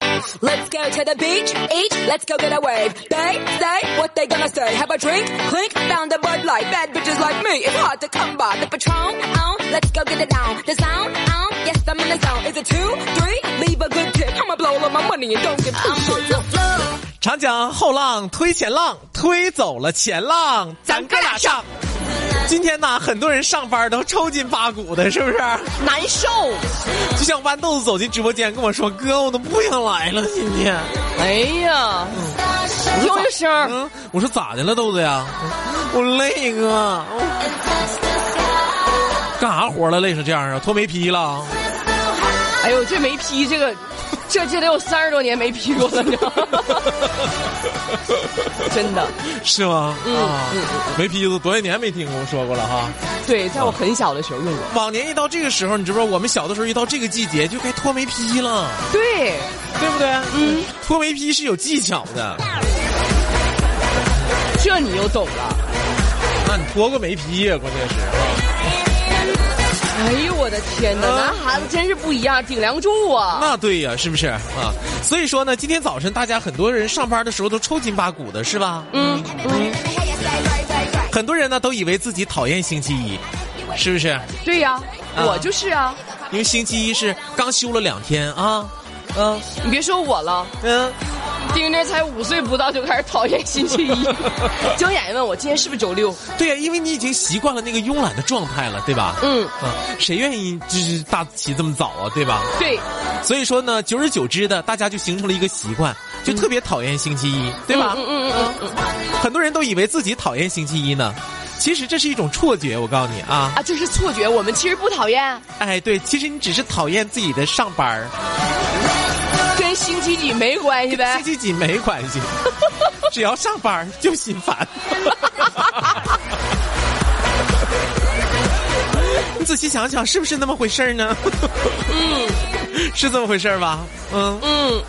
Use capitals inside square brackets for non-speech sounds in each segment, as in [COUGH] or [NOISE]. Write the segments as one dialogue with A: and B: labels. A: life.
B: Let's go to the beach, each, let's go get a wave. They say what they gonna say. Have a drink, clink, found a Bud Light. Bad bitches like me, it's hard to come by. The Patron, on, let's go get it down. The sound, on, yes, I'm in the zone. Is it two, three? Leave a good tip. I'ma blow all my money and don't give two shits.
A: 长江后浪推前浪，推走了前浪，咱哥俩上。今天呢，很多人上班都抽筋扒骨的， [LAUGHS] 是不是？
C: 难受。
A: 就像豌豆子走进直播间跟我说：“哥，我都不想来了，今 [LAUGHS] 天。
C: 哎呀，听一声儿，
A: 嗯，我说咋的了，豆子呀？我累哥，干啥活了？累成这样啊？脱没皮了？
C: 哎呦，这没批这个，这这得有三十多年没批过了，
A: [LAUGHS]
C: 你知道吗？真的，
A: 是吗？啊，没皮子多少年没听我说过了哈。
C: 对，在我很小的时候用过。
A: 往年一到这个时候，你知不知道？我们小的时候一到这个季节就该脱没皮了，
C: 对，
A: 对不对？嗯，脱没皮是有技巧的。
C: 这你又懂了。
A: 那你脱过没皮呀？关键是
C: 哎呦，我的天哪，
A: 嗯
C: 男孩子真是不一样，顶梁柱啊！
A: 那对呀，是不是啊？所以说呢，今天早晨大家很多人上班的时候都抽筋扒骨的，是吧？
C: 嗯，
A: 很多人呢都以为自己讨厌星期一，是不是？
C: 对呀、
A: 啊
C: 我就是啊。
A: 因为星期一是刚休了两天啊，嗯
C: 你别说我了，
A: 嗯，
C: 丁丁才五岁不到就开始讨厌星期
A: [LAUGHS]
C: 一。睁眼一问我今天是不是周六？
A: 对呀、因为你已经习惯了那个慵懒的状态了，对吧？
C: 嗯，
A: 啊，谁愿意就是大起这么早啊，对吧？
C: 对，
A: 所以说呢，久而久之的，大家就形成了一个习惯，就特别讨厌星期一，对吧？
C: 嗯嗯嗯嗯嗯
A: 很多人都以为自己讨厌星期一呢，其实这是一种错觉，我告诉你啊，
C: 啊，这是错觉，我们其实不讨厌，
A: 哎，对，其实你只是讨厌自己的上班儿，
C: 跟星期几没关系呗
A: 星。期几没关
C: [LAUGHS]
A: 系，只要上班儿就心烦。你仔细想想，是不是那么回事儿呢？嗯，是这么回事儿吧？嗯，
C: 嗯，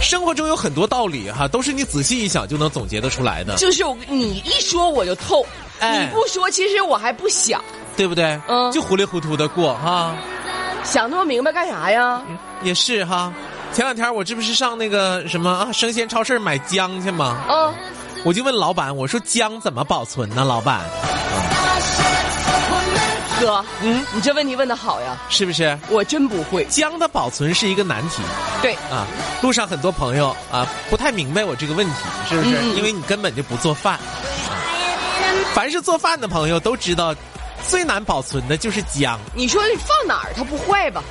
A: 生活中有很多道理哈，都是你仔细一想就能总结得出来 [LAUGHS] 的，
C: 就是我你一说我就透，
A: 哎
C: 你不说其实我还不想，
A: 对不对？
C: 嗯
A: 就糊里糊涂的过哈，
C: 想那么明白干啥呀？
A: 也是哈。前两天我这不是上那个什么啊生鲜超市买姜去吗？
C: 啊，
A: 我就问老板，我说姜怎么保存呢？老板，
C: 哥，
A: 嗯，
C: 你这问题问的好呀，
A: 是不是？
C: 我真不会。
A: 姜的保存是一个难题
C: 对，
A: 啊！路上很多朋友啊不太明白我这个问题，是不是？
C: 嗯嗯嗯
A: 因为你根本就不做饭。啊凡是做饭的朋友都知道，最难保存的就是姜。
C: 你说你放哪儿它不坏吧？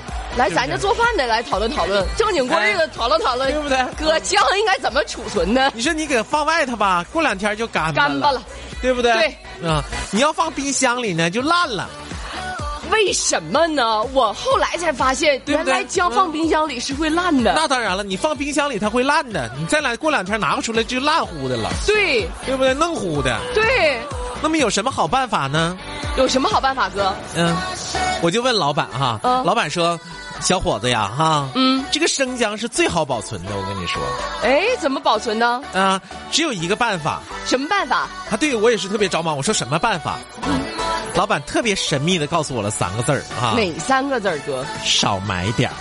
A: 对
C: 来，
A: 不对哎
C: 咱这做饭的来讨论讨论，正经过日子讨论讨论，
A: 对不对
C: 哥，姜应该怎么储存呢？
A: 你说你给放外头吧，过两天就干巴
C: 干巴
A: 了
C: 了，
A: 对不对？
C: 对
A: 啊，你要放冰箱里呢，就烂了。
C: 为什么呢？我后来才发现，
A: 对不
C: 原
A: 对嗯
C: 来姜放冰箱里是会烂的。
A: 那当然了，你放冰箱里它会烂的，你再来过两天拿不出来就烂乎的了，
C: 对
A: 对不对？弄糊的。
C: 对，
A: 那么有什么好办法呢？
C: 有什么好办法，哥？
A: 嗯，我就问老板哈，
C: 嗯
A: 老板说，小伙子呀哈，
C: 嗯，
A: 这个生姜是最好保存的，我跟你说
C: 哎，怎么保存呢？
A: 啊，只有一个办法。
C: 什么办法？
A: 啊，对我也是特别着忙，我说什么办法？
C: 嗯
A: 老板特别神秘的告诉我了三个字儿啊，
C: 哪三个字儿，哥？
A: 少买点儿。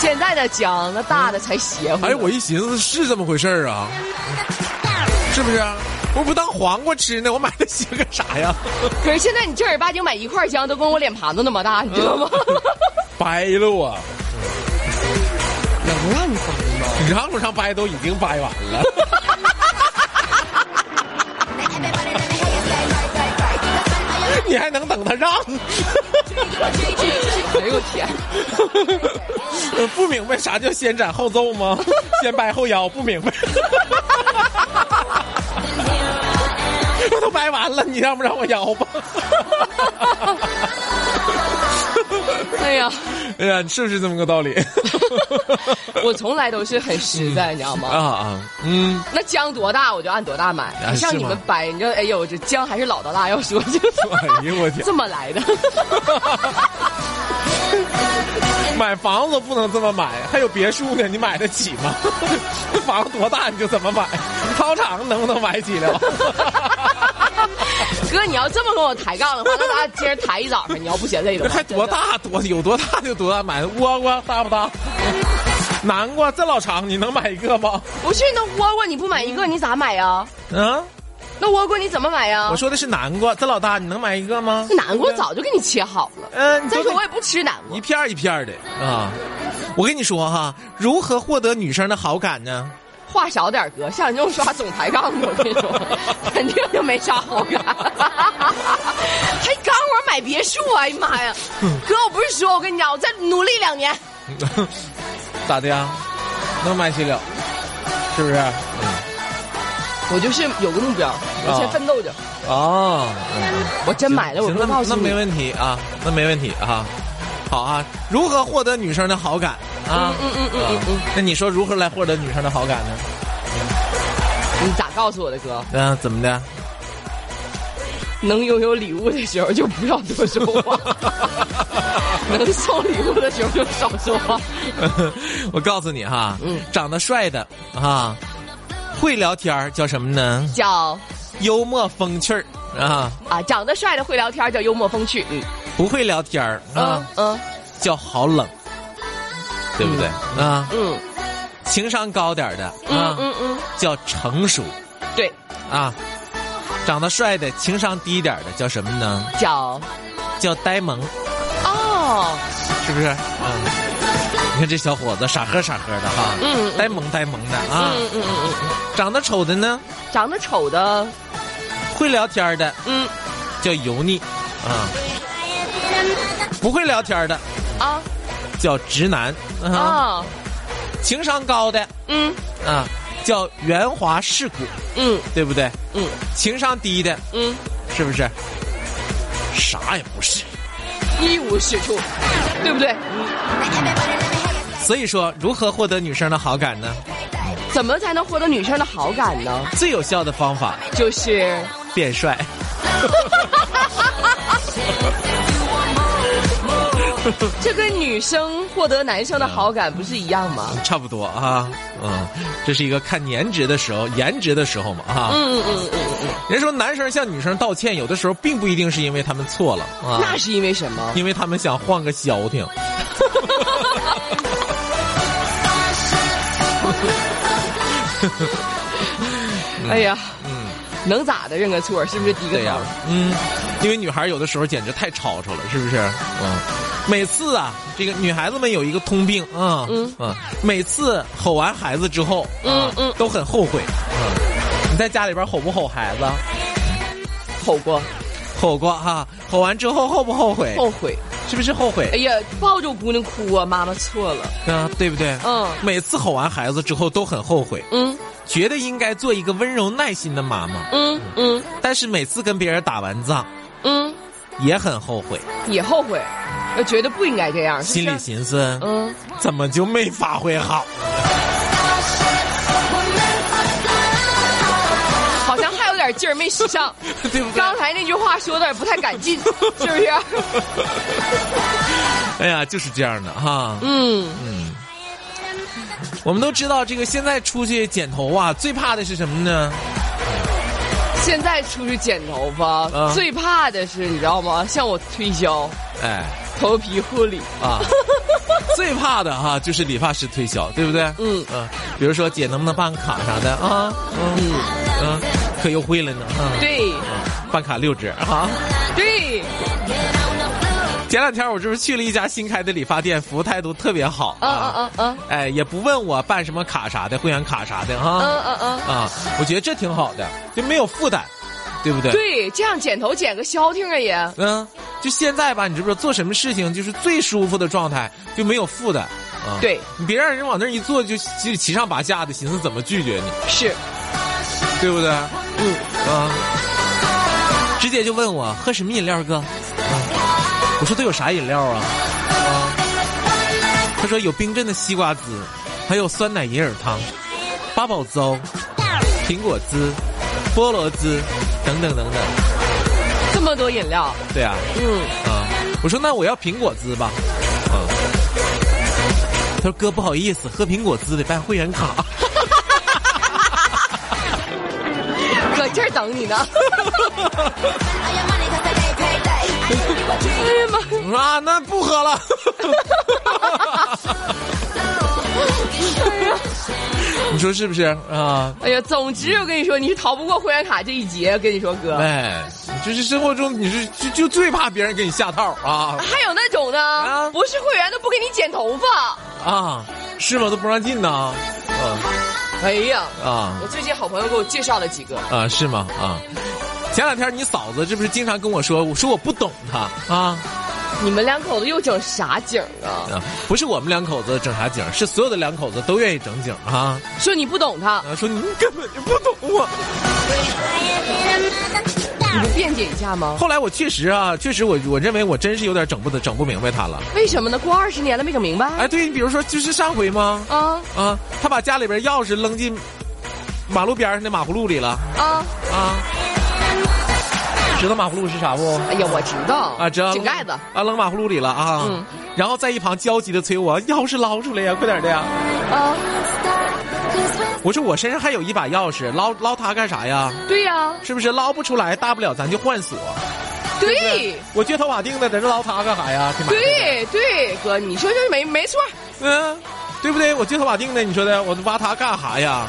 C: 现在的姜，那大的才邪乎。
A: 哎，我一寻思是这么回事儿啊，
C: 嗯
A: 是不是？我不当黄瓜吃呢，我买那些干啥呀？
C: 可是现在你正儿八经买一块姜，都跟我脸盘子那么大，你知道
A: [LAUGHS]
C: 吗？
A: 掰了啊我，
C: 能让你放吗？
A: 你让不让掰都已经掰完了。 [LAUGHS] 你还能等他让？
C: 哎呦我天！
A: 呃不明白啥叫先斩后奏吗？先掰后腰，不明白。 [LAUGHS] 我都掰完了，你让不让我腰吧？
C: 哎呀，
A: 哎呀，是不是这么个道 [LAUGHS] 理？
C: 我从来都是很实在，你知道
A: 啊
C: 吗？
A: 啊，嗯，
C: 那姜多大我就按多大
A: 啊
C: 买，
A: 是
C: 像
A: 吗
C: 你们掰，你知道？哎呦，这姜还是老的辣，要说
A: [LAUGHS]
C: 就
A: 哎呦我天，
C: 这么来的。 [LAUGHS]
A: 买房子不能这么买，还有别墅呢，你买得起吗？ [LAUGHS] 房子多大你就怎么买，操场能不能买起了？
C: 哥，你要这么跟我抬杠的话，那咱俩今儿抬一早上，你要不嫌累的
A: [LAUGHS] 这还多
C: 话，真的？
A: 大多有多大就多大买，倭瓜大不大？南瓜这老长，你能买一个吗？
C: 不是，那倭瓜你不买一个，你咋买呀？
A: 嗯，
C: 那倭瓜你怎么买呀
A: 我？说的是南瓜，这老大，你能买一个吗？
C: 那南瓜啊早就给你切好了。
A: 嗯、你
C: 再
A: 都
C: 说
A: 得
C: 我也不吃南瓜
A: 一，片儿一片儿的啊。我跟你说哈，如何获得女生的好感呢？ [LAUGHS]
C: 话少点儿哥，像你这种刷总抬杠的，我跟你
A: [LAUGHS]
C: 说，肯定就没啥好感。还刚我买别墅啊，哎呀妈
A: [LAUGHS]
C: 呀！哥，我不是说，我跟你讲，我再努力两年，
A: 咋的呀？能买起了，是不嗯是？
C: 我就是有个目标，我先奋斗着。
A: 哦，
C: 我真买了，
A: 啊
C: 我
A: 行
C: 不告
A: 那
C: 诉
A: 那没
C: 你。
A: 问题啊，那没问题啊。好啊，如何获得女生的好感啊？
C: 嗯嗯嗯嗯嗯
A: 啊那你说如何来获得女生的好感呢？啊
C: 你咋告诉我的哥？
A: 嗯、怎么的？ [LAUGHS]
C: 能拥有礼物的时候就不要多说话，能送礼物的时候就少说话。
A: 我告诉你哈，
C: 嗯
A: 长得帅的啊，会聊天儿叫什么呢？
C: 叫
A: 幽默风趣儿啊，
C: 啊，长得帅的会聊天叫幽默风趣，嗯
A: 不会聊天儿啊
C: 嗯，嗯
A: 叫好冷，对不对啊？
C: 嗯
A: 情商高点儿的
C: 嗯
A: 啊，
C: 嗯嗯，
A: 叫成熟
C: 对，
A: 啊。长得帅的，情商低点儿的叫什么呢？
C: 叫
A: 叫呆萌，
C: 哦，
A: 是不是？嗯，你看这小伙子傻呵傻呵的哈，
C: 嗯嗯
A: 呆萌呆萌的啊。
C: 嗯嗯嗯嗯，
A: 长得丑的呢，
C: 长得丑的，
A: 会聊天儿的
C: 嗯
A: 叫油腻，啊，不会聊天儿的
C: 啊
A: 叫直男，啊，
C: 啊，
A: 情商高的
C: 嗯
A: 啊叫圆滑世故，
C: 嗯
A: 对不对？
C: 嗯
A: 情商低的
C: 嗯，
A: 是不是？啥也不是。
C: 一无是处，对不对？
A: 所以说，如何获得女生的好感呢？
C: 怎么才能获得女生的好感呢？
A: 最有效的方法，
C: 就是
A: 变帅。
C: 这跟女生获得男生的好感不是一样吗？
A: 差不多啊，嗯，这是一个看颜值的时候，颜值的时候嘛啊。
C: 嗯嗯嗯嗯嗯，
A: 人说男生向女生道歉，有的时候并不一定是因为他们错了啊，
C: 那是因为什么？
A: 因为他们想换个消停。
C: 哎呀，嗯，能咋的？认个错是不是第一个
A: 对呀
C: 头？，
A: 嗯，因为女孩有的时候简直太吵吵了，是不是？嗯，每次啊，这个女孩子们有一个通病啊，嗯每次吼完孩子之后，啊
C: 嗯嗯
A: 都很后悔。嗯，你在家里边吼不吼孩子？
C: 吼过，
A: 吼过哈、吼完之后后不后悔？
C: 后悔。
A: 是不是后悔
C: 哎？呀，抱着我姑娘哭啊，妈妈错了。
A: 啊，对不对？
C: 嗯
A: 每次吼完孩子之后都很后悔，
C: 嗯
A: 觉得应该做一个温柔耐心的妈妈，
C: 嗯嗯
A: 但是每次跟别人打完仗
C: 嗯，
A: 也很后悔，
C: 也后悔，呃觉得不应该这样。是
A: 心
C: 不
A: 里
C: 是
A: 寻思，
C: 嗯，
A: 怎么就没发挥好？
C: 好像还有点劲儿没使上。
A: 对 [LAUGHS] 不对？
C: 刚才那句话说的也不太敢
A: [LAUGHS]
C: 劲，是不是？
A: 哎呀，就是这样的哈。
C: 嗯，
A: 我们都知道，这个现在出去剪头啊，最怕的是什么呢？
C: 现在出去剪头发，
A: 嗯
C: 最怕的是你知道吗？向我推销
A: 哎
C: 头皮护理。 [LAUGHS]
A: 啊，最怕的哈就是理发师推销，对不对？
C: 嗯
A: 嗯、比如说姐能不能办卡啥的啊？嗯嗯、可优惠了呢啊！
C: 对
A: 办卡六折啊！
C: 对，
A: 前两天我这不是去了一家新开的理发店，服务态度特别好
C: 嗯嗯嗯嗯
A: 哎，也不问我办什么卡啥的，会员卡啥的
C: 嗯
A: 啊
C: 嗯嗯，
A: 啊，我觉得这挺好的，就没有负担，对不对？
C: 对，这样剪头剪个消停啊也。
A: 嗯，就现在吧，你知不知道做什么事情就是最舒服的状态，就没有负担啊。
C: 对，
A: 你别让人往那儿一坐就就七上八下的，寻思怎么拒绝你，
C: 是，
A: 对不对？嗯啊，直接就问我喝什么饮料，哥？啊，我说都有啥饮料啊？啊，他说有冰镇的西瓜汁，还有酸奶银耳汤、八宝粥、苹果汁、菠萝汁等等等等。
C: 这么多饮料，
A: 对啊，
C: 嗯，
A: 啊，我说那我要苹果汁吧，啊，他说哥不好意思，喝苹果汁得办会员卡，
C: 搁这儿等等你呢。 [LAUGHS] 哎
B: Money
C: 哎呀妈！
A: 我说啊，那不喝了。你说是不是啊？
C: 哎呀，总之我跟你说，你是逃不过会员卡这一劫。跟你说哥，
A: 哎，就是生活中你是就就最怕别人给你下套啊
C: 还有那种呢，
A: 啊
C: 不是会员都不给你剪头发。
A: 啊，是吗？都不让进呢。
C: 哎呀，
A: 啊啊
C: 我最近好朋友给我介绍了几个，
A: 啊，是吗？啊，前两天你嫂子这不是经常跟我说，我说我不懂她啊
C: 你们两口子又整啥景儿啊？
A: 啊，不是我们两口子整啥景儿，是所有的两口子都愿意整景儿啊。
C: 说你不懂他，
A: 啊，说你根本就不懂我。
C: 你能辩解一下吗？
A: 后来我确实啊，确实我我认为我真是有点整不得整不明白他了。
C: 为什么呢？过二十年了没整明白、
A: 哎，对你比如说就是上回吗？
C: 啊
A: 啊，他把家里边钥匙扔进马路边上的马葫芦里了
C: 啊！
A: 啊。知道马葫芦是啥不？
C: 哎呀，我知道
A: 啊，知道
C: 井盖子。
A: 啊，扔马葫芦里了啊。
C: 嗯
A: 然后在一旁焦急的催我，钥匙捞出来呀，快点的呀！
C: 啊，
A: 我说我身上还有一把钥匙，捞捞它干啥呀？
C: 对呀、
A: 是不是捞不出来？大不了咱就换锁。
C: 对
A: 我撅头马腚的，在这捞它干啥呀？这马
C: 对对，哥，你说这没没错儿，
A: 嗯，对不对？我撅头马腚的，你说的，我挖它干啥呀？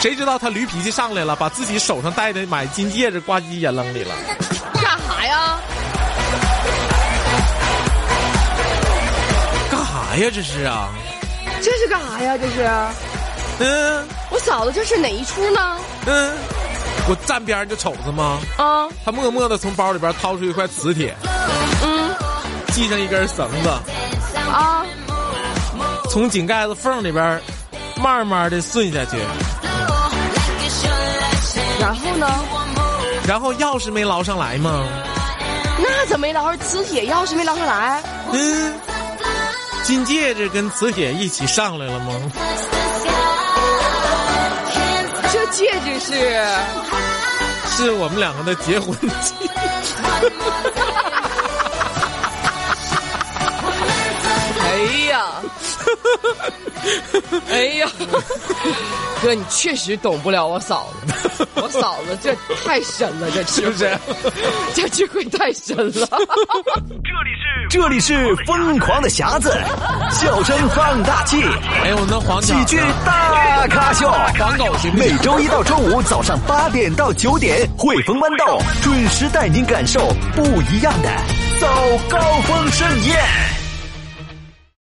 A: 谁知道他驴脾气上来了，把自己手上戴的买金戒指呱唧也扔里了。
C: 干啥呀？
A: 干啥呀？这是啊？
C: 这是干啥呀？这是
A: 嗯
C: 我嫂子这是哪一出呢？
A: 嗯，我站边上就瞅着吗？
C: 啊，
A: 他默默的从包里边掏出一块磁铁，
C: 嗯
A: 系上一根绳子，
C: 啊，
A: 从井盖子缝里边慢慢的顺下去，
C: 然后呢？
A: 然后钥匙没捞上来吗？
C: 那怎么没捞上？磁铁钥匙没捞上来？
A: 嗯，金戒指跟磁铁一起上来了吗？
C: 这戒指是？
A: 是我们两个的结 [LAUGHS] 婚戒指。
C: 哎呀，哎呀，哥，你确实懂不了我嫂子，我嫂子这太深了，这智
A: 是
C: 慧
A: 不是？
C: 这智慧太深了。
D: 这里是疯狂的匣子，笑声放大器，
A: 哎，我那黄
D: 喜
A: 角呢
D: 剧大咖秀。
A: 黄狗行不
D: 每
A: 行？
D: 周一到周五早上八点到九点，汇丰豌豆准时带您感受不一样的早高峰盛宴。